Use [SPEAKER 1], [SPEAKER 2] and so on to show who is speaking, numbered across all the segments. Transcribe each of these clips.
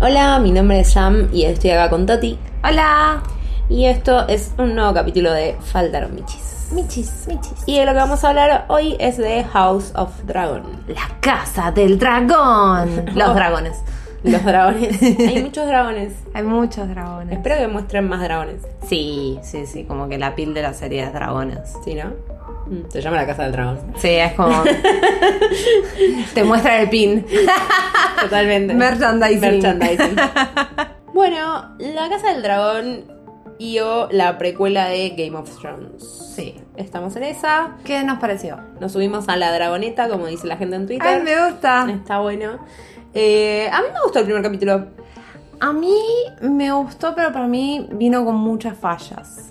[SPEAKER 1] Hola, mi nombre es Sam y estoy acá con Toti.
[SPEAKER 2] Hola.
[SPEAKER 1] Y esto es un nuevo capítulo de Faltaron Michis.
[SPEAKER 2] Michis, Michis.
[SPEAKER 1] Y de lo que vamos a hablar hoy es de House of Dragon.
[SPEAKER 2] La casa del dragón. Los dragones.
[SPEAKER 1] Los dragones. Hay muchos dragones.
[SPEAKER 2] Hay muchos dragones.
[SPEAKER 1] Espero que muestren más dragones.
[SPEAKER 2] Sí, sí, sí. Como que la piel de la serie es dragones.
[SPEAKER 1] ¿Sí, no? Mm, Se llama la Casa del Dragón.
[SPEAKER 2] Sí, es como. Te muestra el pin.
[SPEAKER 1] Totalmente.
[SPEAKER 2] Merchandising.
[SPEAKER 1] Merchandising. bueno, la Casa del Dragón y o la precuela de Game of Thrones.
[SPEAKER 2] Sí.
[SPEAKER 1] Estamos en esa.
[SPEAKER 2] ¿Qué nos pareció?
[SPEAKER 1] Nos subimos a la dragoneta, como dice la gente en Twitter.
[SPEAKER 2] Ay, me gusta.
[SPEAKER 1] Está bueno. Eh, a mí me gustó el primer capítulo.
[SPEAKER 2] A mí me gustó, pero para mí vino con muchas fallas.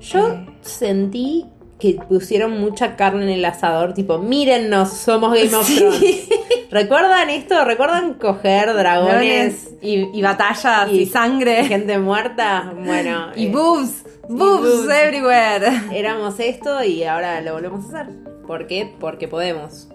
[SPEAKER 1] Yo
[SPEAKER 2] Eh.
[SPEAKER 1] sentí que pusieron mucha carne en el asador, tipo, mírennos, somos Game of Thrones. ¿Recuerdan esto? ¿Recuerdan coger dragones
[SPEAKER 2] Dragones y, y batallas y,
[SPEAKER 1] Y- y
[SPEAKER 2] sangre
[SPEAKER 1] gente muerta? Bueno,
[SPEAKER 2] y
[SPEAKER 1] eh,
[SPEAKER 2] boobs,
[SPEAKER 1] boobs.
[SPEAKER 2] boobs everywhere.
[SPEAKER 1] éramos esto y ahora lo volvemos a hacer. ¿Por qué? Porque podemos.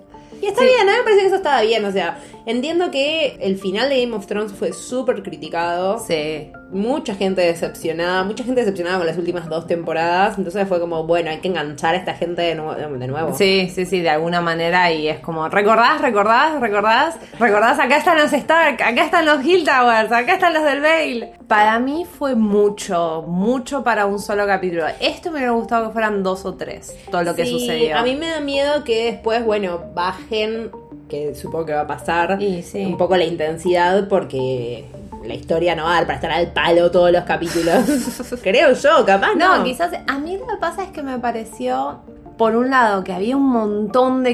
[SPEAKER 1] Y está bien, a mí me parece que eso estaba bien, o sea, entiendo que el final de Game of Thrones fue súper criticado.
[SPEAKER 2] Sí.
[SPEAKER 1] mucha gente decepcionada, mucha gente decepcionada con las últimas dos temporadas, entonces fue como, bueno, hay que enganchar a esta gente de, nuevo de nuevo.
[SPEAKER 2] Sí, sí, sí, de alguna manera y es como, recordás, recordás, recordás, recordás, acá están los Stark, acá están los Hilltowers, acá están los del Vale. Para mí fue mucho, mucho para un solo capítulo. Esto me hubiera gustado que fueran dos o tres, todo lo que
[SPEAKER 1] Sí,
[SPEAKER 2] sucedió.
[SPEAKER 1] A mí me da miedo que después, bueno, bajen, que supongo que va a pasar,
[SPEAKER 2] Y sí.
[SPEAKER 1] un poco la intensidad porque la historia no va a dar para estar al palo todos los capítulos. Creo yo, capaz no.
[SPEAKER 2] No, quizás a mí lo que pasa es que me pareció, por un lado, que había un montón de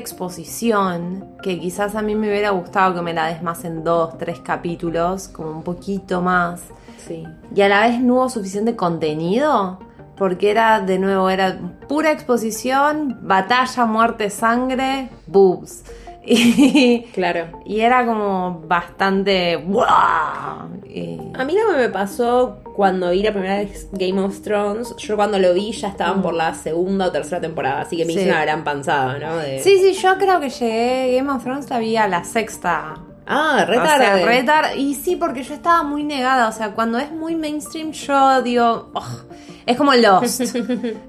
[SPEAKER 2] exposición, que quizás a mí me hubiera gustado que me la des más en dos, tres capítulos, como un poquito más.
[SPEAKER 1] Sí.
[SPEAKER 2] Y a la vez no hubo suficiente contenido, porque era, de nuevo, era pura exposición, batalla, muerte, sangre, boobs. Y,
[SPEAKER 1] Claro.
[SPEAKER 2] y era como bastante... ¡guau! Y-
[SPEAKER 1] A mí lo que me pasó cuando vi la primera vez Game of Thrones, yo cuando lo vi ya estaban por la segunda o tercera temporada, así que me
[SPEAKER 2] Mm. Sí.
[SPEAKER 1] hice una gran panzada, ¿no? De-
[SPEAKER 2] Sí, sí, yo creo que llegué, Game of Thrones la vi a la sexta
[SPEAKER 1] Ah, re
[SPEAKER 2] O
[SPEAKER 1] tarde.
[SPEAKER 2] sea, re tar- Y sí, porque yo estaba muy negada. O sea, cuando es muy mainstream, yo digo. "Ugh". es como Lost.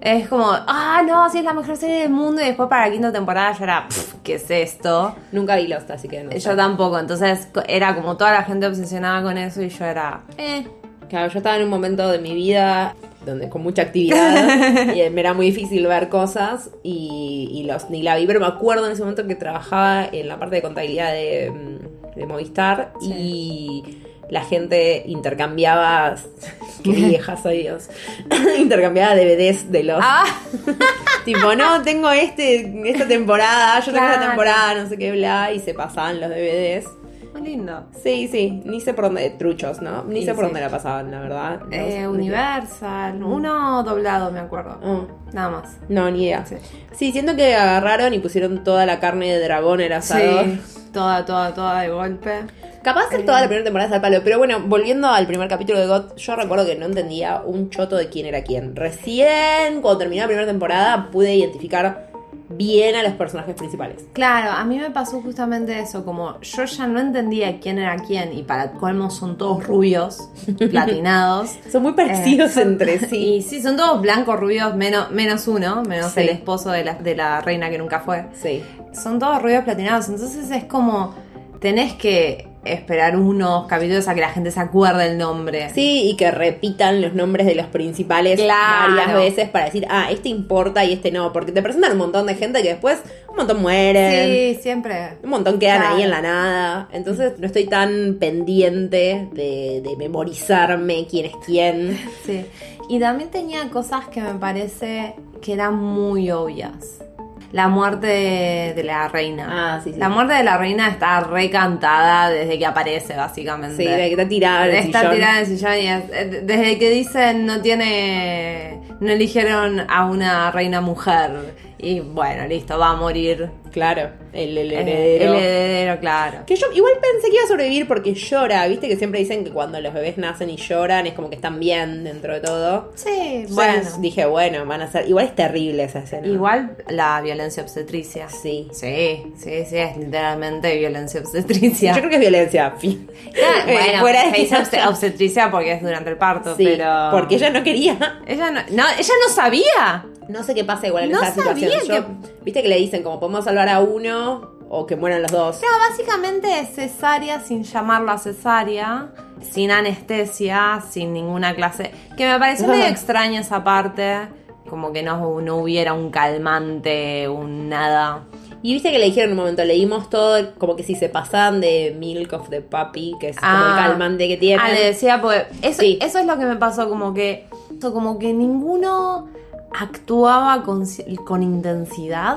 [SPEAKER 2] es como, ah, no, sí es la mejor serie del mundo. Y después para la quinta temporada yo era, "Pff, ¿qué es esto?
[SPEAKER 1] Nunca vi Lost, así que no. sé.
[SPEAKER 2] Yo tampoco. Entonces co- era como toda la gente obsesionada con eso y yo era, eh.
[SPEAKER 1] Claro, yo estaba en un momento de mi vida donde con mucha actividad y eh, me era muy difícil ver cosas y, y Lost ni la vi, pero me acuerdo en ese momento que trabajaba en la parte de contabilidad de, mm, de Movistar y la gente intercambiaba, qué vieja soy Dios, intercambiaba DVDs de Lost.
[SPEAKER 2] Ah,
[SPEAKER 1] Tipo, no, tengo este, esta temporada, yo tengo esta
[SPEAKER 2] Claro.
[SPEAKER 1] temporada, no sé qué, bla, y se pasaban los DVDs.
[SPEAKER 2] muy lindo.
[SPEAKER 1] Sí, sí, ni sé por dónde, truchos, ¿no? Ni
[SPEAKER 2] Sí,
[SPEAKER 1] sé por
[SPEAKER 2] sí.
[SPEAKER 1] dónde la pasaban, la verdad. No
[SPEAKER 2] Eh,
[SPEAKER 1] sé. Mm.
[SPEAKER 2] Universal, uno doblado, me acuerdo.
[SPEAKER 1] Ah,
[SPEAKER 2] Nada más.
[SPEAKER 1] no, ni idea.
[SPEAKER 2] Sí.
[SPEAKER 1] Sí. siento que agarraron y pusieron toda la carne de dragón en el asador.
[SPEAKER 2] Toda, toda, toda de golpe.
[SPEAKER 1] Capaz que toda la primera temporada es al palo, pero bueno, volviendo al primer capítulo de God, yo recuerdo que no entendía un choto de quién era quién. Recién cuando terminó la primera temporada pude identificar bien a los personajes principales.
[SPEAKER 2] Claro, a mí me pasó justamente eso, como yo ya no entendía quién era quién y para colmo son todos rubios, platinados.
[SPEAKER 1] Son muy parecidos entre sí.
[SPEAKER 2] Y sí, son todos blancos, rubios, menos, menos uno, menos
[SPEAKER 1] Sí.
[SPEAKER 2] el esposo de la, de la reina que nunca fue.
[SPEAKER 1] Sí.
[SPEAKER 2] Son todos rubios platinados, entonces es como tenés que esperar unos capítulos a que la gente se acuerde el nombre.
[SPEAKER 1] Sí, y que repitan los nombres de los principales
[SPEAKER 2] Claro.
[SPEAKER 1] varias veces para decir, ah, este importa y este no, porque te presentan un montón de gente que después un montón mueren,
[SPEAKER 2] Sí, siempre.
[SPEAKER 1] un montón quedan
[SPEAKER 2] Claro.
[SPEAKER 1] ahí en la nada, entonces no estoy tan pendiente de, de memorizarme quién es quién.
[SPEAKER 2] Sí. Y también tenía cosas que me parece que eran muy obvias. La muerte de, de la reina.
[SPEAKER 1] Ah, sí, sí.
[SPEAKER 2] La muerte de la reina está recantada desde que aparece, básicamente.
[SPEAKER 1] Sí, la que está tirada en el
[SPEAKER 2] está
[SPEAKER 1] sillón.
[SPEAKER 2] tirada en el sillón y es- eh, desde que dicen no tiene. No eligieron a una reina mujer. Y bueno, listo, va a morir.
[SPEAKER 1] Claro, el, el
[SPEAKER 2] Eh,
[SPEAKER 1] heredero.
[SPEAKER 2] el heredero, claro.
[SPEAKER 1] Que yo igual pensé que iba a sobrevivir porque llora, viste que siempre dicen que cuando los bebés nacen y lloran es como que están bien dentro de todo.
[SPEAKER 2] Sí, bueno.
[SPEAKER 1] Entonces dije, bueno, van a ser. Igual es terrible esa escena.
[SPEAKER 2] Igual la violencia obstetricia.
[SPEAKER 1] Sí.
[SPEAKER 2] Sí, sí, sí, es literalmente violencia obstetricia.
[SPEAKER 1] Yo creo que es violencia. fin.
[SPEAKER 2] Ah,
[SPEAKER 1] Eh,
[SPEAKER 2] bueno,
[SPEAKER 1] fuera de
[SPEAKER 2] se dice
[SPEAKER 1] esa-
[SPEAKER 2] obste- obstetricia porque es durante el parto,
[SPEAKER 1] Sí,
[SPEAKER 2] pero.
[SPEAKER 1] Porque ella no quería.
[SPEAKER 2] Ella no, no, ella no sabía.
[SPEAKER 1] No sé qué pasa igual en
[SPEAKER 2] No
[SPEAKER 1] esa situación.
[SPEAKER 2] sabía
[SPEAKER 1] Yo- Viste que le dicen como podemos salvar a uno o que mueran los dos.
[SPEAKER 2] Claro, básicamente es cesárea sin llamarla cesárea, sin anestesia, sin ninguna clase. Que me pareció medio extraña esa parte. Como que no, no hubiera un calmante, un nada.
[SPEAKER 1] Y viste que le dijeron en un momento, leímos todo, como que si se pasaban de Milk of the Puppy, que es como el calmante que tiene.
[SPEAKER 2] Ah, le decía, pues. Eso,
[SPEAKER 1] Sí.
[SPEAKER 2] eso es lo que me pasó, como que. esto, Como que ninguno actuaba con, ci- con intensidad.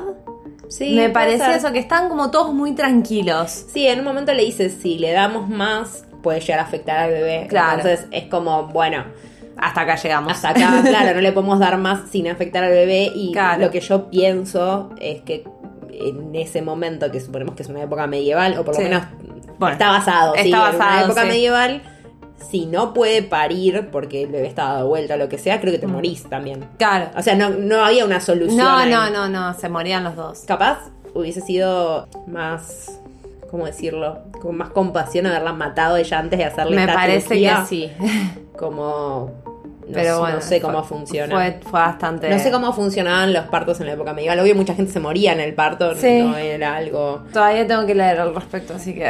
[SPEAKER 1] Sí, puede
[SPEAKER 2] me parecía
[SPEAKER 1] ser.
[SPEAKER 2] eso, que están como todos muy tranquilos.
[SPEAKER 1] Sí, en un momento le dice, si le damos más, puede llegar a afectar al bebé.
[SPEAKER 2] Claro.
[SPEAKER 1] Entonces es como, bueno,
[SPEAKER 2] Hasta acá llegamos.
[SPEAKER 1] hasta acá, claro, no le podemos dar más sin afectar al bebé. Y
[SPEAKER 2] Claro.
[SPEAKER 1] lo que yo pienso es que en ese momento, que suponemos que es una época medieval, o por lo
[SPEAKER 2] Sí.
[SPEAKER 1] menos
[SPEAKER 2] Bueno,
[SPEAKER 1] está basado, sí,
[SPEAKER 2] está
[SPEAKER 1] en una
[SPEAKER 2] basado,
[SPEAKER 1] época
[SPEAKER 2] sí.
[SPEAKER 1] medieval, si no puede parir porque el bebé está dado vuelta o lo que sea, creo que te morís también.
[SPEAKER 2] Claro.
[SPEAKER 1] O sea, no, no había una solución.
[SPEAKER 2] Mm. No,
[SPEAKER 1] ahí.
[SPEAKER 2] no, no, no, se morían los dos.
[SPEAKER 1] Capaz hubiese sido más. ¿Cómo decirlo? Con más compasión haberla matado ella antes de hacerle
[SPEAKER 2] Me
[SPEAKER 1] esta
[SPEAKER 2] parece que
[SPEAKER 1] cirugía.
[SPEAKER 2] sí.
[SPEAKER 1] Como. No,
[SPEAKER 2] Pero
[SPEAKER 1] sé-
[SPEAKER 2] bueno.
[SPEAKER 1] no sé cómo
[SPEAKER 2] fue-
[SPEAKER 1] funciona.
[SPEAKER 2] Fue, fue bastante.
[SPEAKER 1] No sé cómo funcionaban los partos en la época medieval. Obvio, mucha gente se moría en el parto.
[SPEAKER 2] Sí.
[SPEAKER 1] No era algo.
[SPEAKER 2] Todavía tengo que leer al respecto, así que.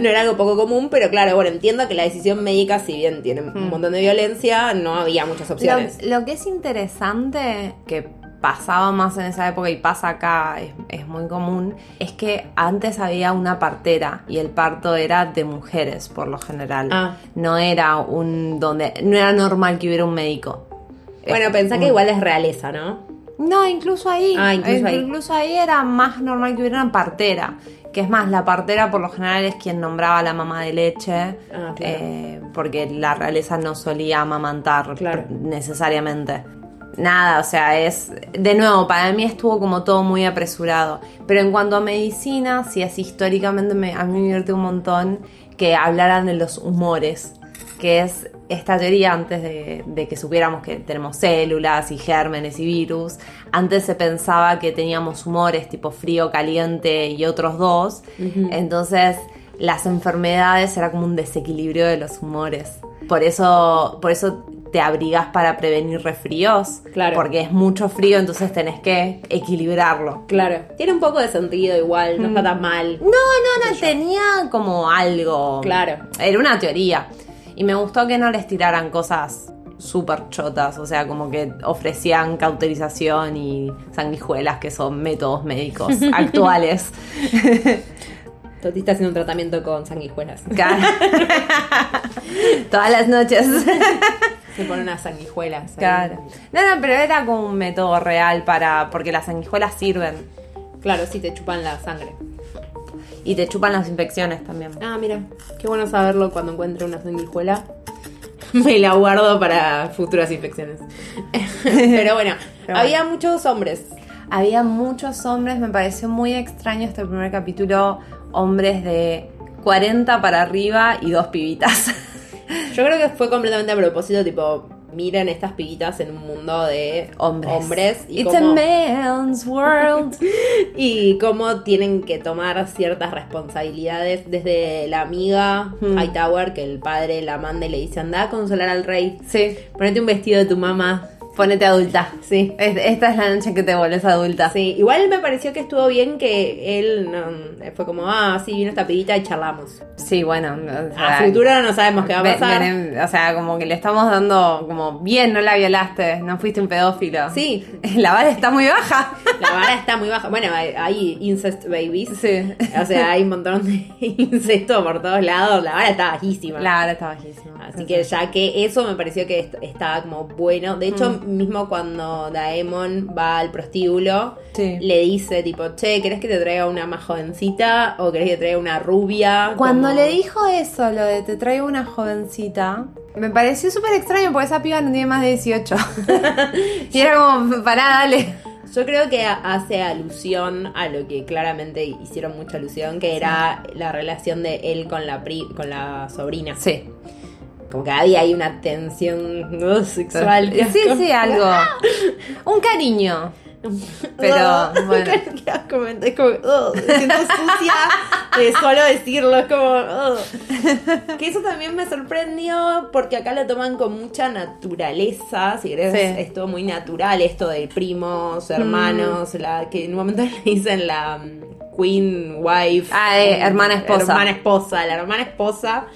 [SPEAKER 1] no era algo poco común, pero claro, bueno, entiendo que la decisión médica, si bien tiene un montón de violencia, Mm. no había muchas
[SPEAKER 2] lo,
[SPEAKER 1] opciones.
[SPEAKER 2] lo que es interesante, que pasaba más en esa época y pasa acá, es, es muy común, es que antes había una partera y el parto era de mujeres por lo general.
[SPEAKER 1] Ah.
[SPEAKER 2] No era un donde. No era normal que hubiera un médico.
[SPEAKER 1] Eh,
[SPEAKER 2] Eh,
[SPEAKER 1] Bueno, pensá que igual es realeza, ¿no?
[SPEAKER 2] No, incluso ahí.
[SPEAKER 1] Ah, incluso ahí.
[SPEAKER 2] incluso ahí era más normal que hubiera una partera. Que es más, la partera por lo general es quien nombraba a la mamá de leche.
[SPEAKER 1] Ah, claro.
[SPEAKER 2] eh, porque la realeza no solía amamantar
[SPEAKER 1] Claro.
[SPEAKER 2] pr- necesariamente. Nada, o sea, es. De nuevo, para mí estuvo como todo muy apresurado. Pero en cuanto a medicina, sí es históricamente. me- a mí me divierte un montón que hablaran de los humores que es esta teoría antes de, de que supiéramos que tenemos células y gérmenes y virus. Antes se pensaba que teníamos humores tipo frío, caliente y otros dos. Entonces las enfermedades era como un desequilibrio de los humores. Por eso, por eso te abrigas para prevenir resfríos.
[SPEAKER 1] Claro.
[SPEAKER 2] Porque es mucho frío, entonces tenés que equilibrarlo.
[SPEAKER 1] Claro. Tiene un poco de sentido igual, no está tan mal.
[SPEAKER 2] No, no, no, tenía como algo.
[SPEAKER 1] Claro.
[SPEAKER 2] Era una teoría. Y me gustó que no les tiraran cosas súper chotas, o sea, como que ofrecían cauterización y sanguijuelas, que son métodos médicos actuales.
[SPEAKER 1] Toti está haciendo un tratamiento con sanguijuelas.
[SPEAKER 2] Claro. Todas las noches.
[SPEAKER 1] Se pone unas sanguijuelas. ahí.
[SPEAKER 2] Claro. No, no, pero era como un método real para. porque las sanguijuelas sirven.
[SPEAKER 1] Claro, sí, te chupan la sangre.
[SPEAKER 2] Y te chupan las infecciones también.
[SPEAKER 1] Ah, mira, qué bueno saberlo cuando encuentro una sanguijuela. Me la guardo para futuras infecciones. Pero bueno,
[SPEAKER 2] Pero
[SPEAKER 1] había muchos hombres.
[SPEAKER 2] Había muchos hombres, me pareció muy extraño este primer capítulo, hombres de 40 para arriba y dos pibitas.
[SPEAKER 1] Yo creo que fue completamente a propósito, tipo, miren estas pibitas en un mundo de
[SPEAKER 2] Hombres.
[SPEAKER 1] hombres y
[SPEAKER 2] It's
[SPEAKER 1] cómo-
[SPEAKER 2] a man's world.
[SPEAKER 1] Y cómo tienen que tomar ciertas responsabilidades desde la amiga
[SPEAKER 2] Hmm.
[SPEAKER 1] Hightower, que el padre la manda y le dice, anda a consolar al rey.
[SPEAKER 2] sí,
[SPEAKER 1] Ponete un vestido de tu mamá.
[SPEAKER 2] ponete adulta.
[SPEAKER 1] Sí.
[SPEAKER 2] Es- esta es la noche que te vuelves adulta.
[SPEAKER 1] Sí, igual me pareció que estuvo bien que él no- fue como, ah, sí, vino esta pibita y charlamos.
[SPEAKER 2] Sí, bueno. o sea,
[SPEAKER 1] A futuro no sabemos qué va a
[SPEAKER 2] ve-
[SPEAKER 1] pasar.
[SPEAKER 2] vere- o sea, como que le estamos dando como bien, no la violaste, no fuiste un pedófilo.
[SPEAKER 1] Sí.
[SPEAKER 2] La vara está muy baja.
[SPEAKER 1] La vara está muy baja. Bueno, hay, hay incest babies.
[SPEAKER 2] Sí.
[SPEAKER 1] O sea, hay un montón de incesto por todos lados. La vara está bajísima.
[SPEAKER 2] La vara está bajísima.
[SPEAKER 1] Así que ya que eso me pareció que est- estaba como bueno. De hecho,
[SPEAKER 2] Mm.
[SPEAKER 1] mismo cuando Daemon va al prostíbulo,
[SPEAKER 2] Sí.
[SPEAKER 1] le dice tipo, che, ¿querés que te traiga una más jovencita? ¿O querés que te traiga una rubia?
[SPEAKER 2] Cuando
[SPEAKER 1] Como-
[SPEAKER 2] le dijo eso, lo de te traigo una jovencita, me pareció súper extraño porque esa piba no tiene más de 18. y era como, pará, dale.
[SPEAKER 1] Yo creo que hace alusión a lo que claramente hicieron mucha alusión, que era la relación de él con la, pri con la sobrina.
[SPEAKER 2] Sí.
[SPEAKER 1] Como que había ahí una tensión uh, sexual.
[SPEAKER 2] Sí, sí, algo. Un cariño. Pero, bueno.
[SPEAKER 1] Qué asco, me- es como, ugh, me siento sucia de solo decirlo, es como, ugh. Que eso también me sorprendió porque acá lo toman con mucha naturaleza, si querés,
[SPEAKER 2] Sí. Mm.
[SPEAKER 1] es todo muy natural esto de primos, hermanos, la que en un momento le dicen la mm, queen wife. mm,
[SPEAKER 2] Ah, eh, hermana esposa.
[SPEAKER 1] Hermana esposa, la hermana esposa.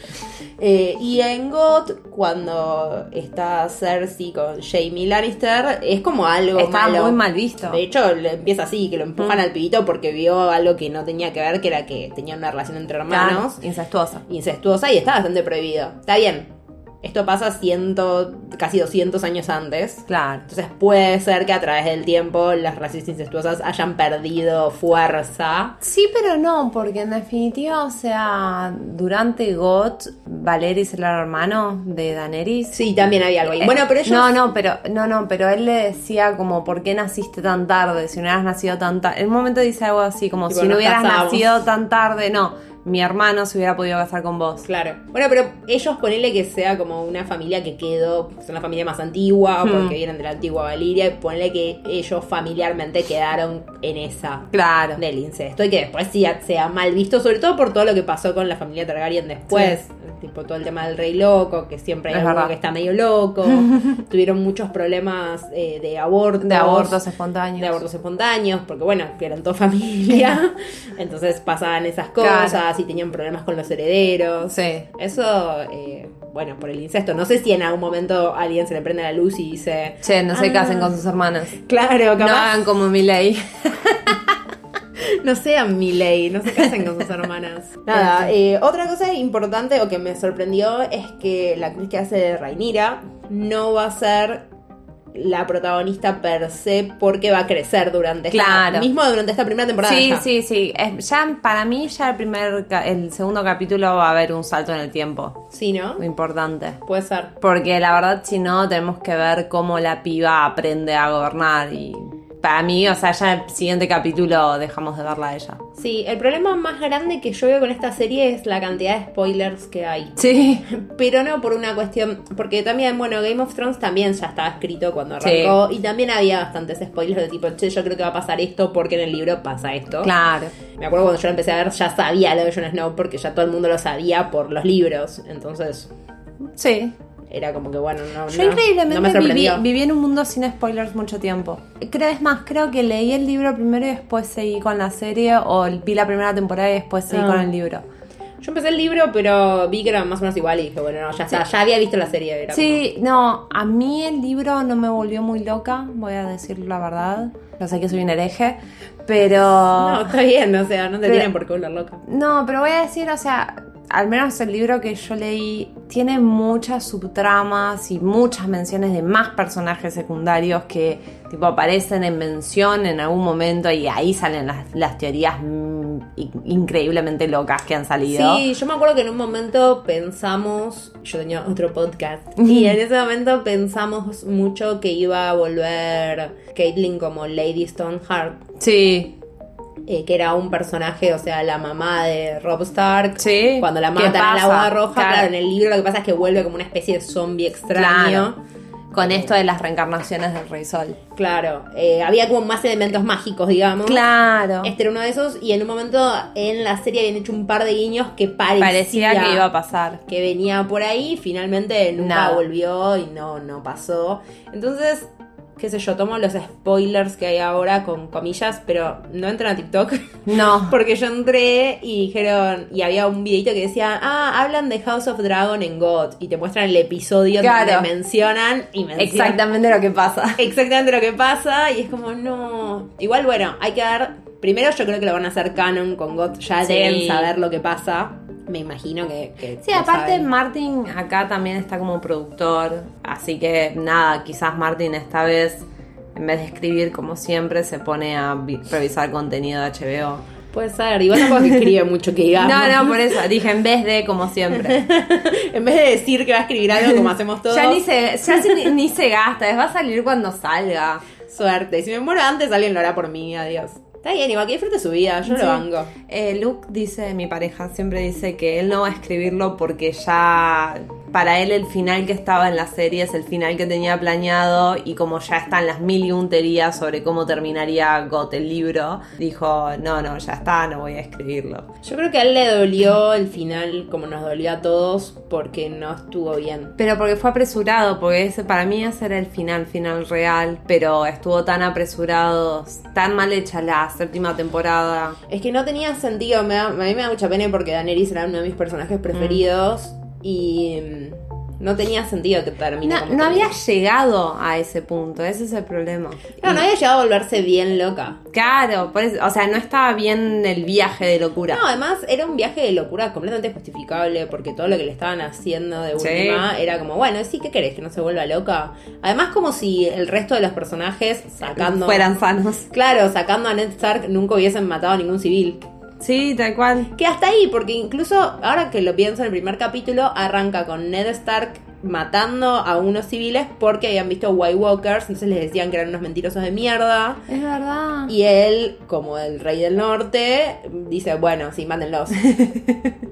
[SPEAKER 1] Eh, y en GOT, cuando está Cersei con Jamie Lannister, es como algo
[SPEAKER 2] Está
[SPEAKER 1] malo.
[SPEAKER 2] muy mal visto.
[SPEAKER 1] De hecho, le empieza así, que lo empujan al pibito porque vio algo que no tenía que ver, que era que tenían una relación entre hermanos eh,
[SPEAKER 2] Claro, incestuosa.
[SPEAKER 1] incestuosa y está bastante prohibido. Está bien, esto pasa ciento, casi 200 años antes.
[SPEAKER 2] Claro.
[SPEAKER 1] Entonces puede ser que a través del tiempo las relaciones incestuosas hayan perdido fuerza.
[SPEAKER 2] Sí, pero no, porque en definitiva, o sea, durante GOT, Valeris era el hermano de Daenerys.
[SPEAKER 1] Sí, también había algo ahí. Bueno, pero ellos...
[SPEAKER 2] No, no, pero no, no, pero él le decía como, ¿por qué naciste tan tarde? Si no hubieras nacido tan tarde. En un momento dice algo así, como,
[SPEAKER 1] Tipo,
[SPEAKER 2] si no
[SPEAKER 1] nos
[SPEAKER 2] hubieras
[SPEAKER 1] casamos.
[SPEAKER 2] nacido tan tarde, no, mi hermano se hubiera podido casar con vos.
[SPEAKER 1] Claro. Bueno, pero ellos ponele que sea como una familia que quedó, son la familia más antigua,
[SPEAKER 2] Hmm.
[SPEAKER 1] porque vienen de la antigua Valiria, y ponele que ellos familiarmente quedaron en esa
[SPEAKER 2] Claro.
[SPEAKER 1] del incesto y que después sí sea mal visto, sobre todo por todo lo que pasó con la familia Targaryen después, tipo todo el tema del rey loco, que siempre hay
[SPEAKER 2] Es
[SPEAKER 1] alguno
[SPEAKER 2] verdad.
[SPEAKER 1] que está medio loco, tuvieron muchos problemas eh, de abortos,
[SPEAKER 2] De abortos espontáneos.
[SPEAKER 1] de abortos espontáneos, porque bueno, que eran toda familia, entonces pasaban esas
[SPEAKER 2] Claro.
[SPEAKER 1] cosas y tenían problemas con los herederos.
[SPEAKER 2] Sí.
[SPEAKER 1] Eso, eh, bueno, por el incesto. No sé si en algún momento a alguien se le prende la luz y dice.
[SPEAKER 2] Che, no se
[SPEAKER 1] "Ah,
[SPEAKER 2] casen con sus hermanas.
[SPEAKER 1] Claro,
[SPEAKER 2] No
[SPEAKER 1] capaz.
[SPEAKER 2] hagan como mi ley.
[SPEAKER 1] No sean Miley, no se casen con sus hermanas. Nada, eh, otra cosa importante o que me sorprendió es que la actriz que hace de Rainira no va a ser la protagonista per se porque va a crecer durante
[SPEAKER 2] Claro.
[SPEAKER 1] esta, mismo durante esta primera temporada.
[SPEAKER 2] Sí,
[SPEAKER 1] ya.
[SPEAKER 2] sí, sí. Es- ya para mí ya el primer, ca- el segundo capítulo va a haber un salto en el tiempo,
[SPEAKER 1] Sí, ¿no?
[SPEAKER 2] muy importante.
[SPEAKER 1] Puede ser.
[SPEAKER 2] Porque la verdad, si no, tenemos que ver cómo la piba aprende a gobernar y para mí, o sea, ya el siguiente capítulo dejamos de verla a ella.
[SPEAKER 1] Sí, el problema más grande que yo veo con esta serie es la cantidad de spoilers que hay.
[SPEAKER 2] Sí,
[SPEAKER 1] Pero no por una cuestión, porque también, bueno, Game of Thrones también ya estaba escrito cuando
[SPEAKER 2] Sí.
[SPEAKER 1] arrancó y también había bastantes spoilers de tipo, che, yo creo que va a pasar esto porque en el libro pasa esto.
[SPEAKER 2] claro.
[SPEAKER 1] Me acuerdo cuando yo lo empecé a ver, ya sabía lo de Jon Snow porque ya todo el mundo lo sabía por los libros. Entonces,
[SPEAKER 2] Sí.
[SPEAKER 1] era como que, bueno, no, no-
[SPEAKER 2] Yo
[SPEAKER 1] no me
[SPEAKER 2] increíblemente viví,
[SPEAKER 1] sorprendió.
[SPEAKER 2] viví en un mundo sin spoilers mucho tiempo. Creo, es más, creo que leí el libro primero y después seguí con la serie o vi la primera temporada y después seguí
[SPEAKER 1] Ah.
[SPEAKER 2] con el libro.
[SPEAKER 1] Yo empecé el libro, pero vi que era más o menos igual y dije, bueno, no, ya está, ya había visto la serie. Era
[SPEAKER 2] Sí, no, a mí el libro no me volvió muy loca, voy a decir la verdad. No sé que soy un hereje, pero...
[SPEAKER 1] como, no, está bien, o sea, no te
[SPEAKER 2] Pero-
[SPEAKER 1] tienen por qué volver loca.
[SPEAKER 2] No, pero voy a decir, o sea, al menos el libro que yo leí tiene muchas subtramas y muchas menciones de más personajes secundarios que tipo aparecen en mención en algún momento y ahí salen las, las teorías mm, in- increíblemente locas que han salido.
[SPEAKER 1] Sí, yo me acuerdo que en un momento pensamos, yo tenía otro podcast, y en ese momento pensamos mucho que iba a volver Caitlyn como Lady Stoneheart,
[SPEAKER 2] sí,
[SPEAKER 1] eh, que era un personaje, o sea, la mamá de Rob Stark.
[SPEAKER 2] Sí,
[SPEAKER 1] Cuando la
[SPEAKER 2] ¿qué
[SPEAKER 1] matan en la
[SPEAKER 2] pasa?
[SPEAKER 1] boda roja,
[SPEAKER 2] Claro.
[SPEAKER 1] claro. en el libro lo que pasa es que vuelve como una especie de zombie
[SPEAKER 2] claro.
[SPEAKER 1] extraño.
[SPEAKER 2] Con esto de las reencarnaciones del Rey Sol.
[SPEAKER 1] Claro, eh, había como más elementos mágicos, digamos.
[SPEAKER 2] Claro.
[SPEAKER 1] Este era uno de esos, y en un momento en la serie habían hecho un par de guiños que
[SPEAKER 2] Parecía que iba a pasar.
[SPEAKER 1] que venía por ahí, finalmente nunca
[SPEAKER 2] Nada.
[SPEAKER 1] volvió y no, no pasó. Entonces, qué sé yo, tomo los spoilers que hay ahora con comillas, pero no entran a TikTok.
[SPEAKER 2] No.
[SPEAKER 1] Porque yo entré y dijeron, y había un videito que decía, ah, hablan de House of Dragon en God, y te muestran el episodio
[SPEAKER 2] Claro.
[SPEAKER 1] donde mencionan y mencionan
[SPEAKER 2] Exactamente lo que pasa.
[SPEAKER 1] exactamente lo que pasa y es como no. Igual bueno, hay que dar. Primero yo creo que lo van a hacer canon con God. Ya
[SPEAKER 2] Sí.
[SPEAKER 1] deben saber lo que pasa. Me imagino que. que
[SPEAKER 2] Sí,
[SPEAKER 1] lo
[SPEAKER 2] aparte
[SPEAKER 1] saben.
[SPEAKER 2] Martin acá también está como productor, así que nada, quizás Martin esta vez, en vez de escribir como siempre, se pone a vi- revisar contenido de HBO.
[SPEAKER 1] Puede ser. Igual tampoco es que escribe mucho que digamos.
[SPEAKER 2] No, no, por eso, dije en vez de como siempre.
[SPEAKER 1] en vez de decir que va a escribir algo como hacemos todos.
[SPEAKER 2] Ya, ni se, ya se- ni, ni se gasta, es va a salir cuando salga.
[SPEAKER 1] Suerte. Si me muero antes, alguien lo hará por mí, adiós. Está bien, igual que disfrute su vida, yo
[SPEAKER 2] Sí.
[SPEAKER 1] lo banco.
[SPEAKER 2] Eh, Luke dice, mi pareja siempre dice que él no va a escribirlo porque ya para él el final que estaba en la serie es el final que tenía planeado y como ya están las mil y un teorías sobre cómo terminaría Got el libro, dijo, no, no, ya está, no voy a escribirlo.
[SPEAKER 1] Yo creo que a él le dolió el final, como nos dolió a todos, porque no estuvo bien.
[SPEAKER 2] Pero porque fue apresurado, porque ese para mí ese era el final, final real, pero estuvo tan apresurado, tan mal hecha la séptima temporada.
[SPEAKER 1] Es que no tenía sentido, me da- a mí me da mucha pena porque Daenerys era uno de mis personajes preferidos y mm, no tenía sentido que termine
[SPEAKER 2] No,
[SPEAKER 1] como
[SPEAKER 2] no
[SPEAKER 1] terminó.
[SPEAKER 2] había llegado a ese punto, ese es el problema.
[SPEAKER 1] No, no había llegado a volverse bien loca.
[SPEAKER 2] Claro, por eso- o sea, no estaba bien el viaje de locura.
[SPEAKER 1] No, además era un viaje de locura completamente justificable porque todo lo que le estaban haciendo de
[SPEAKER 2] Sí.
[SPEAKER 1] última era como, bueno, sí, ¿qué querés? Que no se vuelva loca. Además, como si el resto de los personajes sacando.
[SPEAKER 2] Fueran sanos.
[SPEAKER 1] Claro, sacando a Ned Stark nunca hubiesen matado a ningún civil.
[SPEAKER 2] Sí, tal cual.
[SPEAKER 1] Que hasta ahí, porque incluso ahora que lo pienso en el primer capítulo, arranca con Ned Stark matando a unos civiles porque habían visto White Walkers, entonces les decían que eran unos mentirosos de mierda.
[SPEAKER 2] Es verdad.
[SPEAKER 1] Y él, como el rey del norte, dice, bueno, sí, mándenlos.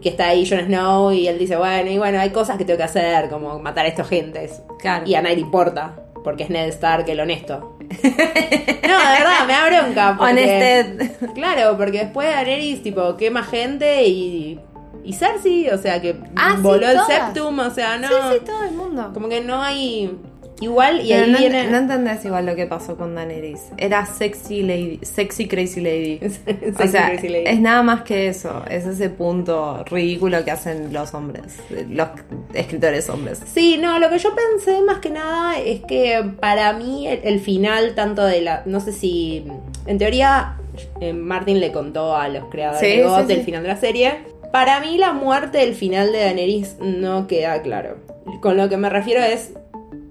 [SPEAKER 1] que está ahí Jon Snow y él dice, bueno, y bueno, hay cosas que tengo que hacer, como matar a estos gentes.
[SPEAKER 2] Claro.
[SPEAKER 1] Y a nadie le importa, porque es Ned Stark el honesto. no, de verdad, me da bronca. porque-
[SPEAKER 2] Honested.
[SPEAKER 1] Claro, porque después Daenerys, tipo, quema gente y... Y Cersei, o sea, que
[SPEAKER 2] Ah, sí,
[SPEAKER 1] voló el
[SPEAKER 2] todas.
[SPEAKER 1] septum, o sea, no...
[SPEAKER 2] Sí, sí, todo el mundo.
[SPEAKER 1] Como que no hay... Igual, y
[SPEAKER 2] Pero
[SPEAKER 1] ahí
[SPEAKER 2] no,
[SPEAKER 1] viene...
[SPEAKER 2] no entendés igual lo que pasó con Daenerys. Era sexy lady, sexy crazy lady. o sea,
[SPEAKER 1] Crazy Lady.
[SPEAKER 2] es nada más que eso. Es ese punto ridículo que hacen los hombres, los escritores hombres.
[SPEAKER 1] Sí, no, lo que yo pensé más que nada es que para mí el, el final tanto de la... No sé si... En teoría, eh, Martin le contó a los creadores
[SPEAKER 2] Sí,
[SPEAKER 1] de
[SPEAKER 2] sí,
[SPEAKER 1] GOT
[SPEAKER 2] sí.
[SPEAKER 1] el final de la serie. Para mí la muerte del final de Daenerys no queda claro. Con lo que me refiero es...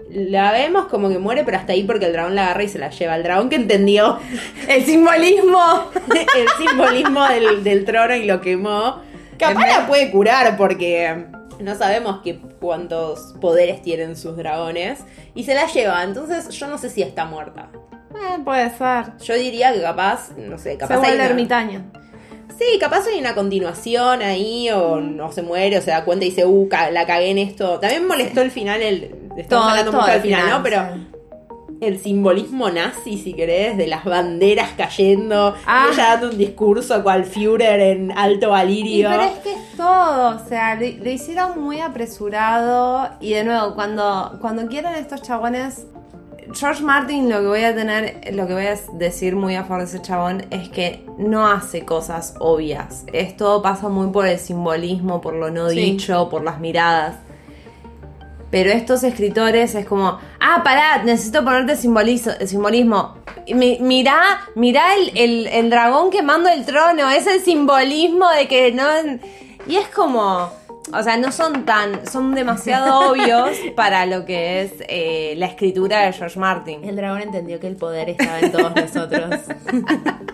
[SPEAKER 1] La vemos como que muere, pero hasta ahí porque el dragón la agarra y se la lleva. El dragón que entendió
[SPEAKER 2] El simbolismo.
[SPEAKER 1] el simbolismo del, del trono y lo quemó. Em, Capaz la puede curar porque no sabemos qué, cuántos poderes tienen sus dragones. Y se la lleva, entonces yo no sé si está muerta.
[SPEAKER 2] Eh, puede ser.
[SPEAKER 1] Yo diría que capaz, no sé,
[SPEAKER 2] Se
[SPEAKER 1] capaz hay
[SPEAKER 2] vuelve
[SPEAKER 1] una-
[SPEAKER 2] ermitaño.
[SPEAKER 1] Sí, capaz hay una continuación ahí o no se muere o se da cuenta y dice, uh, ca- la cagué en esto. También me molestó el final, el... Estamos
[SPEAKER 2] Todo-
[SPEAKER 1] hablando
[SPEAKER 2] todo
[SPEAKER 1] mucho
[SPEAKER 2] el
[SPEAKER 1] del final,
[SPEAKER 2] final,
[SPEAKER 1] ¿no? Pero
[SPEAKER 2] sí.
[SPEAKER 1] el simbolismo nazi, si querés, de las banderas cayendo,
[SPEAKER 2] Ah.
[SPEAKER 1] y ella dando un discurso cual Führer en Alto
[SPEAKER 2] Y
[SPEAKER 1] Valirio.
[SPEAKER 2] pero es que es todo, o sea, lo, lo hicieron muy apresurado y de nuevo, cuando, cuando quieran estos chabones, George Martin lo que voy a tener, lo que voy a decir muy a favor de ese chabón es que no hace cosas obvias, es todo pasa muy por el simbolismo, por lo no
[SPEAKER 1] Sí.
[SPEAKER 2] dicho, por las miradas. Pero estos escritores es como, ah, pará, necesito ponerte simbolizo- simbolismo. Mi- mirá, mirá el, el- el dragón quemando el trono, es el simbolismo de que no... Y es como, o sea, no son tan, son demasiado obvios para lo que es eh, la escritura de George Martin.
[SPEAKER 1] El dragón entendió que el poder estaba en todos nosotros.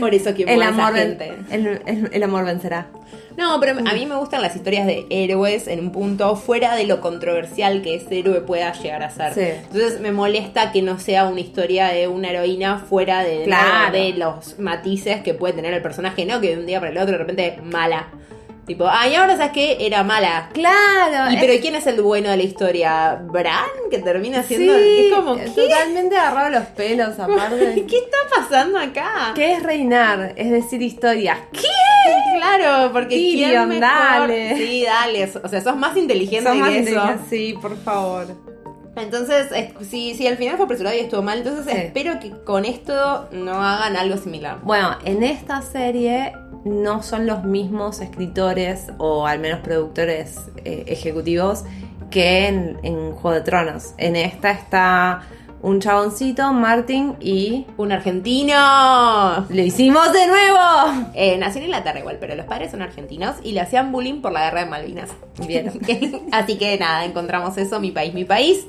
[SPEAKER 1] Por eso que
[SPEAKER 2] El amor, ven-
[SPEAKER 1] gente.
[SPEAKER 2] el- el- el amor vencerá.
[SPEAKER 1] No, pero a mí me gustan las historias de héroes en un punto fuera de lo controversial que ese héroe pueda llegar a ser.
[SPEAKER 2] Sí.
[SPEAKER 1] Entonces me molesta que no sea una historia de una heroína fuera de,
[SPEAKER 2] Claro.
[SPEAKER 1] de los matices que puede tener el personaje, ¿no? Que de un día para el otro de repente mala. Tipo, ay, ahora sabes que era mala.
[SPEAKER 2] Claro,
[SPEAKER 1] Y, pero ¿quién es el bueno de la historia? ¿Bran? Que termina siendo...
[SPEAKER 2] sí,
[SPEAKER 1] es como, ¿qué?
[SPEAKER 2] totalmente agarrado los pelos aparte.
[SPEAKER 1] ¿Qué está pasando acá?
[SPEAKER 2] ¿Qué es reinar? Es decir historias.
[SPEAKER 1] Claro, porque
[SPEAKER 2] Tyrion,
[SPEAKER 1] ¿quién mejor?
[SPEAKER 2] dale.
[SPEAKER 1] Sí, dale. O sea, sos más inteligente
[SPEAKER 2] Son
[SPEAKER 1] que
[SPEAKER 2] más
[SPEAKER 1] eso.
[SPEAKER 2] inteligentes, Sí, por favor.
[SPEAKER 1] Entonces, es- sí, sí, al final fue apresurado y estuvo mal. Entonces,
[SPEAKER 2] Sí.
[SPEAKER 1] espero que con esto no hagan algo similar.
[SPEAKER 2] Bueno, en esta serie no son los mismos escritores o al menos productores eh, ejecutivos que en, en Juego de Tronos. En esta está un chaboncito, Martin, y
[SPEAKER 1] Un argentino.
[SPEAKER 2] lo hicimos de nuevo.
[SPEAKER 1] Eh, nació en Inglaterra igual, pero los padres son argentinos y le hacían bullying por la guerra de Malvinas.
[SPEAKER 2] Vieron.
[SPEAKER 1] Así que nada, encontramos eso, mi país, mi país.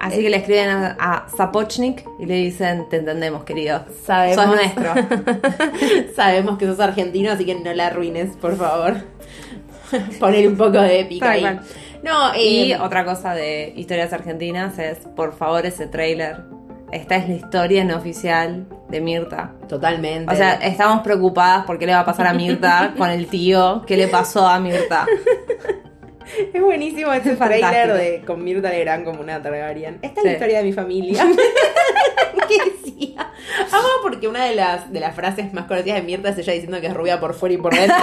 [SPEAKER 2] Así que le escriben a, a Zapochnik y le dicen, te entendemos, querido.
[SPEAKER 1] Sabemos.
[SPEAKER 2] Sos nuestro.
[SPEAKER 1] Sabemos que sos argentino, así que no la arruines, por favor. Poner un poco de épica
[SPEAKER 2] Tal
[SPEAKER 1] ahí.
[SPEAKER 2] cual.
[SPEAKER 1] No,
[SPEAKER 2] Y
[SPEAKER 1] eh,
[SPEAKER 2] Em. otra cosa de historias argentinas es, por favor, ese tráiler Esta es la historia no oficial de Mirta.
[SPEAKER 1] Totalmente.
[SPEAKER 2] O sea, estamos preocupadas por qué le va a pasar a Mirta con el tío. ¿Qué le pasó a Mirta?
[SPEAKER 1] es buenísimo este
[SPEAKER 2] Es
[SPEAKER 1] trailer
[SPEAKER 2] fantástico.
[SPEAKER 1] de con Mirta Legrand como una Targaryen. Esta es
[SPEAKER 2] Sí.
[SPEAKER 1] la historia de mi familia. ¿Qué decía? Amo porque una de las, de las frases más conocidas de Mirta es ella diciendo que es rubia por fuera y por dentro.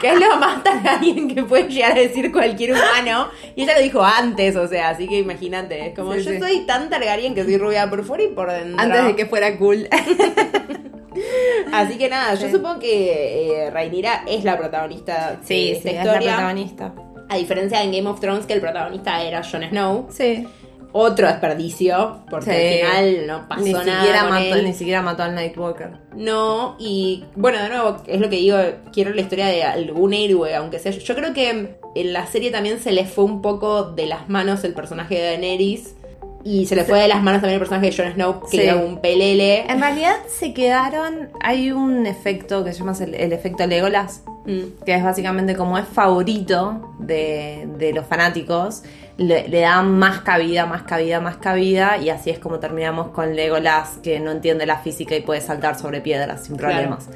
[SPEAKER 1] Que es lo más Targaryen que puede llegar a decir cualquier humano. Y ella lo dijo antes, o sea, así que imagínate. Es como,
[SPEAKER 2] Sí,
[SPEAKER 1] yo
[SPEAKER 2] sí.
[SPEAKER 1] soy tan Targaryen que soy rubia por fuera y por dentro.
[SPEAKER 2] Antes de que fuera cool.
[SPEAKER 1] Así que nada, yo
[SPEAKER 2] Sí.
[SPEAKER 1] supongo que eh, Rhaenyra es la protagonista de
[SPEAKER 2] Sí,
[SPEAKER 1] esta
[SPEAKER 2] sí, es la
[SPEAKER 1] historia.
[SPEAKER 2] protagonista.
[SPEAKER 1] A diferencia de en Game of Thrones, que el protagonista era Jon Snow.
[SPEAKER 2] Sí.
[SPEAKER 1] Otro desperdicio, porque
[SPEAKER 2] Sí.
[SPEAKER 1] al final no pasó
[SPEAKER 2] ni
[SPEAKER 1] nada.
[SPEAKER 2] Siquiera
[SPEAKER 1] con
[SPEAKER 2] mató,
[SPEAKER 1] él.
[SPEAKER 2] ni siquiera mató al Nightwalker.
[SPEAKER 1] No, y bueno, de nuevo, es lo que digo, quiero la historia de algún héroe, aunque sea. Yo creo que en la serie también se le fue un poco de las manos el personaje de Daenerys. Y se le fue de las manos también el personaje de Jon Snow, que
[SPEAKER 2] Sí. Em,
[SPEAKER 1] era un pelele.
[SPEAKER 2] En realidad se quedaron. Hay un efecto que se llama el, el efecto Legolas,
[SPEAKER 1] Mm.
[SPEAKER 2] que es básicamente como es favorito de, de los fanáticos, le, le dan más cabida, más cabida, más cabida, y así es como terminamos con Legolas, que no entiende la física y puede saltar sobre piedras sin
[SPEAKER 1] Claro.
[SPEAKER 2] problemas.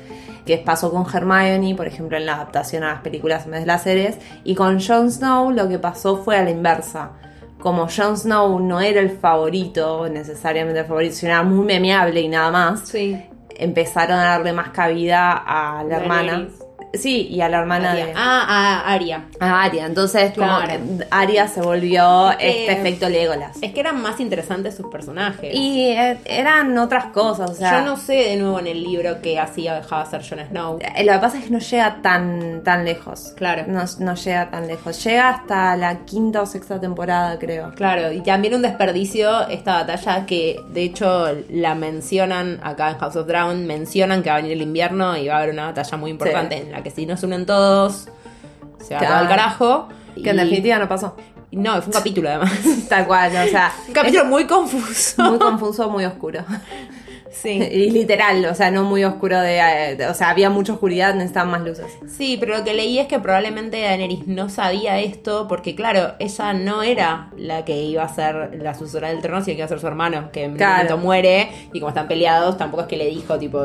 [SPEAKER 2] Que pasó con Hermione, por ejemplo, en la adaptación a las películas en vez de las series, y con Jon Snow lo que pasó fue a la inversa. Como Jon Snow no era el favorito, necesariamente el favorito, sino era muy memeable y nada más,
[SPEAKER 1] Sí.
[SPEAKER 2] empezaron a darle más cabida a la hermana.
[SPEAKER 1] Daenerys.
[SPEAKER 2] Sí, y a la hermana
[SPEAKER 1] Aria.
[SPEAKER 2] de
[SPEAKER 1] Ah, ah, Aria.
[SPEAKER 2] a Aria. Entonces, como
[SPEAKER 1] Claro.
[SPEAKER 2] que Aria se volvió
[SPEAKER 1] que-
[SPEAKER 2] este efecto Legolas.
[SPEAKER 1] Es que eran más interesantes sus personajes.
[SPEAKER 2] Y eh, eran otras cosas, o sea.
[SPEAKER 1] Yo no sé de nuevo en el libro que hacía o dejaba ser Jon Snow.
[SPEAKER 2] eh, Lo que pasa es que no llega tan, tan lejos.
[SPEAKER 1] Claro.
[SPEAKER 2] No, no llega tan lejos. Llega hasta la quinta o sexta temporada, creo.
[SPEAKER 1] Claro, y también un desperdicio esta batalla que de hecho la mencionan acá en House of Dragon, mencionan que va a venir el invierno y va a haber una batalla muy importante en la que si no se unen todos, se va
[SPEAKER 2] Claro.
[SPEAKER 1] todo al carajo.
[SPEAKER 2] Que en
[SPEAKER 1] Y-
[SPEAKER 2] definitiva no pasó.
[SPEAKER 1] No, fue un capítulo además.
[SPEAKER 2] Tal cual, o sea.
[SPEAKER 1] un capítulo muy confuso.
[SPEAKER 2] es muy confuso, muy oscuro.
[SPEAKER 1] Sí.
[SPEAKER 2] Y literal, o sea, no muy oscuro de, eh, de- O sea, había mucha oscuridad, necesitaban más luces.
[SPEAKER 1] Sí, pero lo que leí es que probablemente Daenerys no sabía esto porque, claro, ella no era la que iba a ser la sucesora del trono, sino que iba a ser su hermano, que en un
[SPEAKER 2] Claro.
[SPEAKER 1] momento muere y como están peleados, tampoco es que le dijo, tipo,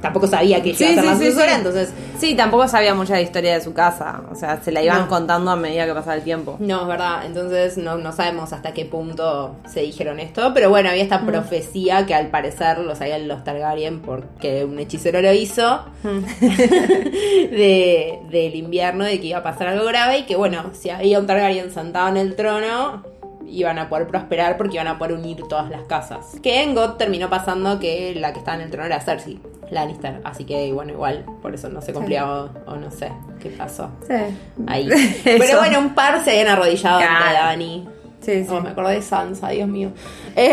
[SPEAKER 1] tampoco sabía que ella iba a ser la sucesora, entonces...
[SPEAKER 2] Sí, tampoco sabía mucha la historia de su casa. O sea, se la iban
[SPEAKER 1] No.
[SPEAKER 2] contando a medida que pasaba el tiempo.
[SPEAKER 1] No, es verdad, entonces no, no sabemos hasta qué punto se dijeron esto, pero bueno, había esta profecía que al parecer lo sabían los Targaryen porque un hechicero lo hizo, de, del invierno, de que iba a pasar algo grave y que bueno, si había un Targaryen sentado en el trono, iban a poder prosperar porque iban a poder unir todas las casas. Que en God terminó pasando que la que estaba en el trono era Cersei, Lannister, así que bueno, igual, por eso no se cumplió o, o no sé qué pasó.
[SPEAKER 2] Sí.
[SPEAKER 1] Ahí.
[SPEAKER 2] Eso.
[SPEAKER 1] Pero bueno, un par se habían arrodillado ante
[SPEAKER 2] Claro.
[SPEAKER 1] Dani.
[SPEAKER 2] Sí, sí.
[SPEAKER 1] Oh, me acordé de Sansa, Dios mío. Eh,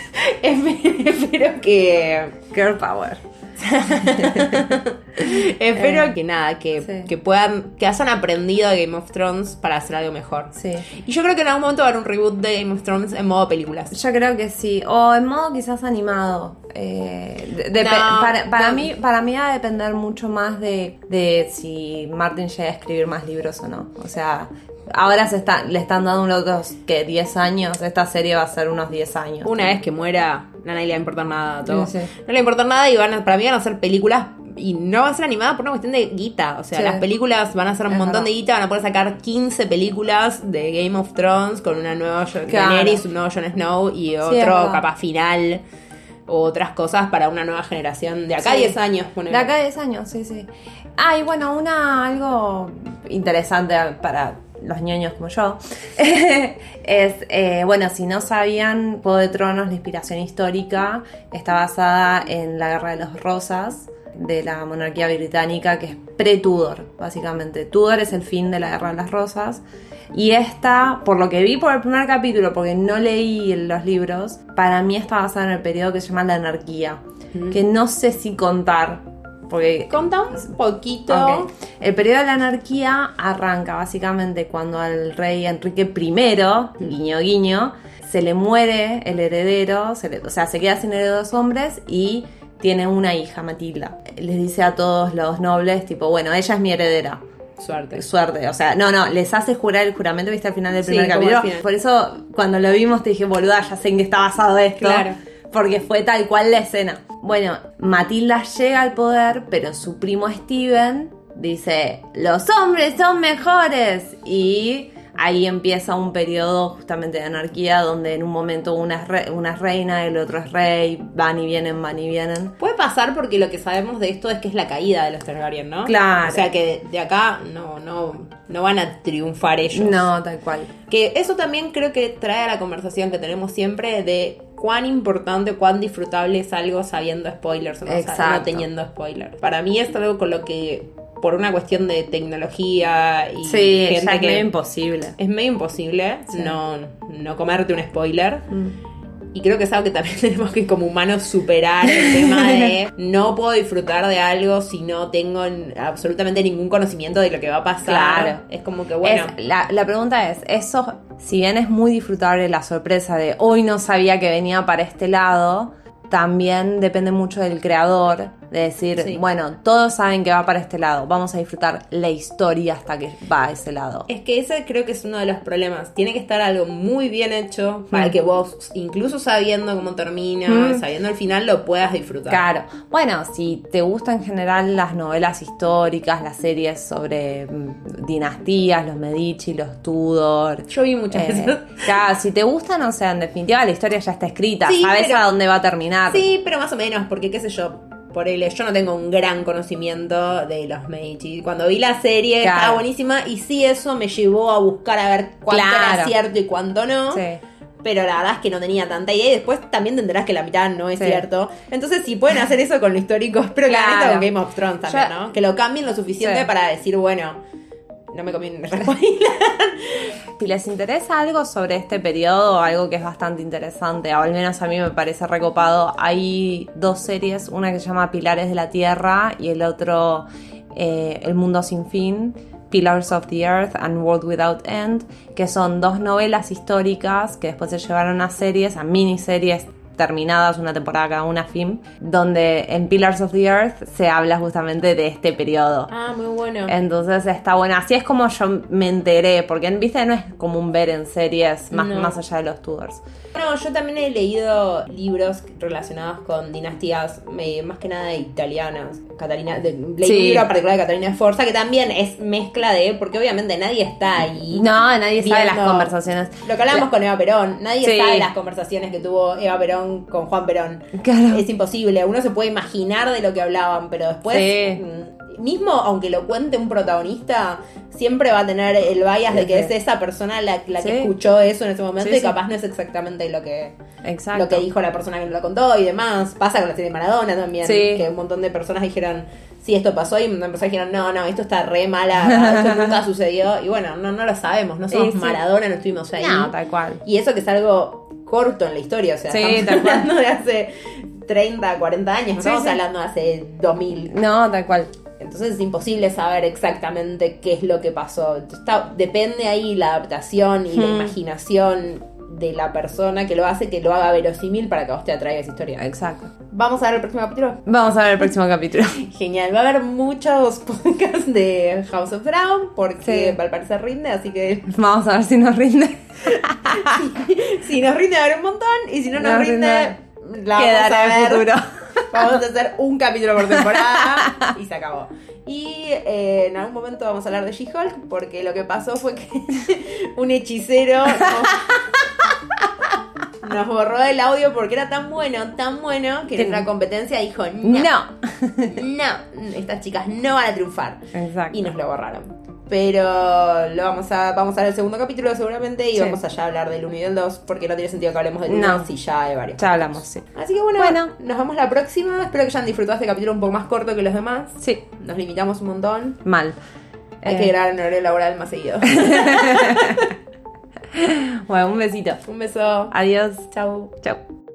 [SPEAKER 1] espe- espero que.
[SPEAKER 2] Girl power.
[SPEAKER 1] Espero que nada, que,
[SPEAKER 2] Eh, sí.
[SPEAKER 1] que puedan. Que hayan aprendido de Game of Thrones para hacer algo mejor.
[SPEAKER 2] Sí.
[SPEAKER 1] Y yo creo que en algún momento va a haber un reboot de Game of Thrones en modo películas.
[SPEAKER 2] Yo creo que sí. O en modo quizás animado. Eh, de- de-
[SPEAKER 1] No,
[SPEAKER 2] para, para
[SPEAKER 1] no.
[SPEAKER 2] mí, para mí va a depender mucho más de, de si Martin llega a escribir más libros o no. O sea, ahora se está, le están dando unos que 10 años. Esta serie va a ser unos 10 años.
[SPEAKER 1] Una vez que muera, a nadie le va a importar nada a todo.
[SPEAKER 2] Sí, sí.
[SPEAKER 1] No le va a importar nada y van a- para mí van a hacer películas y no va a ser animada por una cuestión de guita. O sea,
[SPEAKER 2] Sí.
[SPEAKER 1] las películas van a ser un
[SPEAKER 2] Es
[SPEAKER 1] montón
[SPEAKER 2] verdad.
[SPEAKER 1] de guita, van a poder sacar 15 películas de Game of Thrones con una nueva Jon
[SPEAKER 2] Claro.
[SPEAKER 1] Daenerys, un nuevo Jon Snow y
[SPEAKER 2] es
[SPEAKER 1] otro
[SPEAKER 2] verdad.
[SPEAKER 1] capaz final o otras cosas para una nueva generación de acá a
[SPEAKER 2] Sí.
[SPEAKER 1] 10 años. ponele.
[SPEAKER 2] De acá a 10 años, sí, sí. Ah, y bueno, una algo interesante para los ñoños como yo es, eh, bueno, si no sabían, Juego de Tronos, la inspiración histórica, está basada en la Guerra de los Rosas de la monarquía británica que es pre-Tudor, básicamente. Tudor es el fin de la Guerra de las Rosas. Y esta, por lo que vi por el primer capítulo, porque no leí los libros, para mí está basada en el periodo que se llama la anarquía, que no sé si contar, porque
[SPEAKER 1] Contá un poquito.
[SPEAKER 2] Ok. El periodo de la anarquía arranca básicamente cuando al rey Enrique I, guiño guiño, se le muere el heredero, se le- o sea, se queda sin herederos hombres y tiene una hija, Matilda. Les dice a todos los nobles, tipo, bueno, ella es mi heredera.
[SPEAKER 1] Suerte.
[SPEAKER 2] Suerte, o sea, no, no, les hace jurar el juramento, viste, al final del
[SPEAKER 1] Sí,
[SPEAKER 2] primer
[SPEAKER 1] como al
[SPEAKER 2] capítulo.
[SPEAKER 1] final.
[SPEAKER 2] Por eso, cuando lo vimos, te dije, boluda, ya sé en qué está basado esto.
[SPEAKER 1] Claro.
[SPEAKER 2] porque fue tal cual la escena. Bueno, Matilda llega al poder, pero su primo Steven dice, los hombres son mejores. Y ahí empieza un periodo justamente de anarquía donde en un momento una es, re- una es reina, el otro es rey, van y vienen, van y vienen.
[SPEAKER 1] Puede pasar porque lo que sabemos de esto es que es la caída de los Targaryen, ¿no?
[SPEAKER 2] Claro.
[SPEAKER 1] O sea que de acá no, no, no van a triunfar ellos.
[SPEAKER 2] No, tal cual.
[SPEAKER 1] Que eso también creo que trae a la conversación que tenemos siempre de cuán importante, cuán disfrutable es algo sabiendo spoilers o no,
[SPEAKER 2] Exacto.
[SPEAKER 1] sa- no teniendo spoilers. Para mí es algo con lo que, por una cuestión de tecnología y
[SPEAKER 2] Sí, ya
[SPEAKER 1] gente
[SPEAKER 2] es medio
[SPEAKER 1] que...
[SPEAKER 2] imposible.
[SPEAKER 1] Es medio imposible
[SPEAKER 2] Sí.
[SPEAKER 1] no, no comerte un spoiler.
[SPEAKER 2] Mm.
[SPEAKER 1] Y creo que es algo que también tenemos que como humanos superar el tema de no puedo disfrutar de algo si no tengo n- absolutamente ningún conocimiento de lo que va a pasar.
[SPEAKER 2] Claro.
[SPEAKER 1] Es como que bueno.
[SPEAKER 2] Es- la, la pregunta es, eso, si bien es muy disfrutable la sorpresa de hoy no sabía que venía para este lado, también depende mucho del creador, de decir,
[SPEAKER 1] Sí.
[SPEAKER 2] bueno, todos saben que va para este lado, vamos a disfrutar la historia hasta que va a ese lado.
[SPEAKER 1] Es que ese creo que es uno de los problemas. Tiene que estar algo muy bien hecho para
[SPEAKER 2] Mm.
[SPEAKER 1] que vos, incluso sabiendo cómo termina,
[SPEAKER 2] Mm.
[SPEAKER 1] sabiendo el final, lo puedas disfrutar.
[SPEAKER 2] Claro. Bueno, si te gustan en general las novelas históricas, las series sobre mm, dinastías, los Medici, los Tudor.
[SPEAKER 1] Yo vi muchas
[SPEAKER 2] eh,
[SPEAKER 1] veces.
[SPEAKER 2] claro, si te gustan, o sea, en definitiva la historia ya está escrita,
[SPEAKER 1] Sí,
[SPEAKER 2] sabes
[SPEAKER 1] pero-
[SPEAKER 2] a dónde va a terminar.
[SPEAKER 1] Sí, pero más o menos, porque qué sé yo. Por él, yo no tengo un gran conocimiento de los Medici. Cuando vi la serie,
[SPEAKER 2] Claro.
[SPEAKER 1] estaba buenísima. Y sí, eso me llevó a buscar a ver cuánto era
[SPEAKER 2] Claro.
[SPEAKER 1] cierto y cuánto no.
[SPEAKER 2] Sí.
[SPEAKER 1] Pero la verdad es que no tenía tanta idea. Y después también te enterás que la mitad no es
[SPEAKER 2] Sí.
[SPEAKER 1] cierto. Entonces, si pueden hacer eso con lo histórico, pero
[SPEAKER 2] Claro.
[SPEAKER 1] claramente con Game of Thrones también,
[SPEAKER 2] Yo-
[SPEAKER 1] ¿no? Que lo cambien lo suficiente
[SPEAKER 2] Sí.
[SPEAKER 1] para decir, bueno, no me comí un spoiler.
[SPEAKER 2] Si les interesa algo sobre este periodo, algo que es bastante interesante, o al menos a mí me parece recopado, hay dos series, una que se llama Pilares de la Tierra y el otro eh, El Mundo Sin Fin, Pillars of the Earth and World Without End, que son dos novelas históricas que después se llevaron a series, a miniseries terminadas, una temporada cada una, film, donde en Pillars of the Earth se habla justamente de este periodo.
[SPEAKER 1] Ah, muy bueno.
[SPEAKER 2] Entonces está bueno. Así es como yo me enteré, porque en viste no es común ver en series más,
[SPEAKER 1] No.
[SPEAKER 2] más allá de los Tudors.
[SPEAKER 1] Bueno, yo también he leído libros relacionados con dinastías, eh, más que nada italianas. Catalina, de, leí
[SPEAKER 2] Sí.
[SPEAKER 1] un libro en particular de Catalina Sforza, que también es mezcla de, porque obviamente nadie está ahí.
[SPEAKER 2] No, nadie sabe las
[SPEAKER 1] viendo
[SPEAKER 2] conversaciones.
[SPEAKER 1] Lo que hablamos con Eva Perón, nadie
[SPEAKER 2] Sí.
[SPEAKER 1] sabe las conversaciones que tuvo Eva Perón con Juan Perón.
[SPEAKER 2] Claro.
[SPEAKER 1] Es imposible, uno se puede imaginar de lo que hablaban, pero después,
[SPEAKER 2] Sí.
[SPEAKER 1] mm, mismo aunque lo cuente un protagonista, siempre va a tener el bias de que
[SPEAKER 2] Sí.
[SPEAKER 1] es esa persona la, la
[SPEAKER 2] Sí.
[SPEAKER 1] que escuchó eso en ese momento
[SPEAKER 2] Sí,
[SPEAKER 1] y
[SPEAKER 2] sí.
[SPEAKER 1] capaz no es exactamente lo que,
[SPEAKER 2] Exacto.
[SPEAKER 1] lo que dijo la persona que lo contó y demás. Pasa con la serie de Maradona también,
[SPEAKER 2] Sí.
[SPEAKER 1] que un montón de personas dijeron, sí, esto pasó, y un montón de personas dijeron, no, no, esto está re mala, ah, esto nunca sucedió. Y bueno, no, no lo sabemos, no somos
[SPEAKER 2] Sí, sí.
[SPEAKER 1] Maradona, no estuvimos ahí.
[SPEAKER 2] No, tal cual.
[SPEAKER 1] Y eso que es algo corto en la historia, o sea,
[SPEAKER 2] Sí,
[SPEAKER 1] estamos
[SPEAKER 2] tal cual.
[SPEAKER 1] hablando de hace 30, 40 años, no
[SPEAKER 2] Sí,
[SPEAKER 1] estamos
[SPEAKER 2] sí.
[SPEAKER 1] hablando de hace 2000.
[SPEAKER 2] No, tal cual.
[SPEAKER 1] Entonces es imposible saber exactamente qué es lo que pasó. Está- depende ahí la adaptación y la
[SPEAKER 2] Hmm.
[SPEAKER 1] imaginación de la persona que lo hace, que lo haga verosímil para que a vos te atraiga esa historia.
[SPEAKER 2] Exacto.
[SPEAKER 1] Vamos a ver el próximo capítulo.
[SPEAKER 2] Vamos a ver el próximo capítulo.
[SPEAKER 1] Genial, va a haber muchos podcasts de House of Dragon porque
[SPEAKER 2] Sí.
[SPEAKER 1] al parecer rinde, así que
[SPEAKER 2] Vamos a ver si nos rinde.
[SPEAKER 1] si nos rinde va a haber un montón y si no nos,
[SPEAKER 2] Nos
[SPEAKER 1] rinde, la
[SPEAKER 2] Quedará
[SPEAKER 1] vamos a
[SPEAKER 2] el
[SPEAKER 1] ver.
[SPEAKER 2] futuro.
[SPEAKER 1] Vamos a hacer un capítulo por temporada y se acabó. Y eh, en algún momento vamos a hablar de She-Hulk porque lo que pasó fue que un hechicero nos, nos borró el audio porque era tan bueno, tan bueno que
[SPEAKER 2] Que-
[SPEAKER 1] nuestra competencia dijo no, no,
[SPEAKER 2] No.
[SPEAKER 1] estas chicas no van a triunfar
[SPEAKER 2] Exacto.
[SPEAKER 1] y nos lo borraron. Pero lo vamos a vamos a ver el segundo capítulo seguramente y
[SPEAKER 2] Sí.
[SPEAKER 1] vamos allá a hablar del 1 y del 2 porque no tiene sentido que hablemos del 1
[SPEAKER 2] No.
[SPEAKER 1] si ya hay varios.
[SPEAKER 2] Ya hablamos, sí.
[SPEAKER 1] Así que bueno,
[SPEAKER 2] Bueno.
[SPEAKER 1] nos vemos la próxima. Espero que hayan disfrutado este capítulo un poco más corto que los demás.
[SPEAKER 2] Sí,
[SPEAKER 1] Nos limitamos un montón.
[SPEAKER 2] mal.
[SPEAKER 1] Hay
[SPEAKER 2] Eh,
[SPEAKER 1] que grabar en horario laboral más seguido.
[SPEAKER 2] Bueno, un besito.
[SPEAKER 1] un beso.
[SPEAKER 2] Adiós.
[SPEAKER 1] Chau.
[SPEAKER 2] Chao.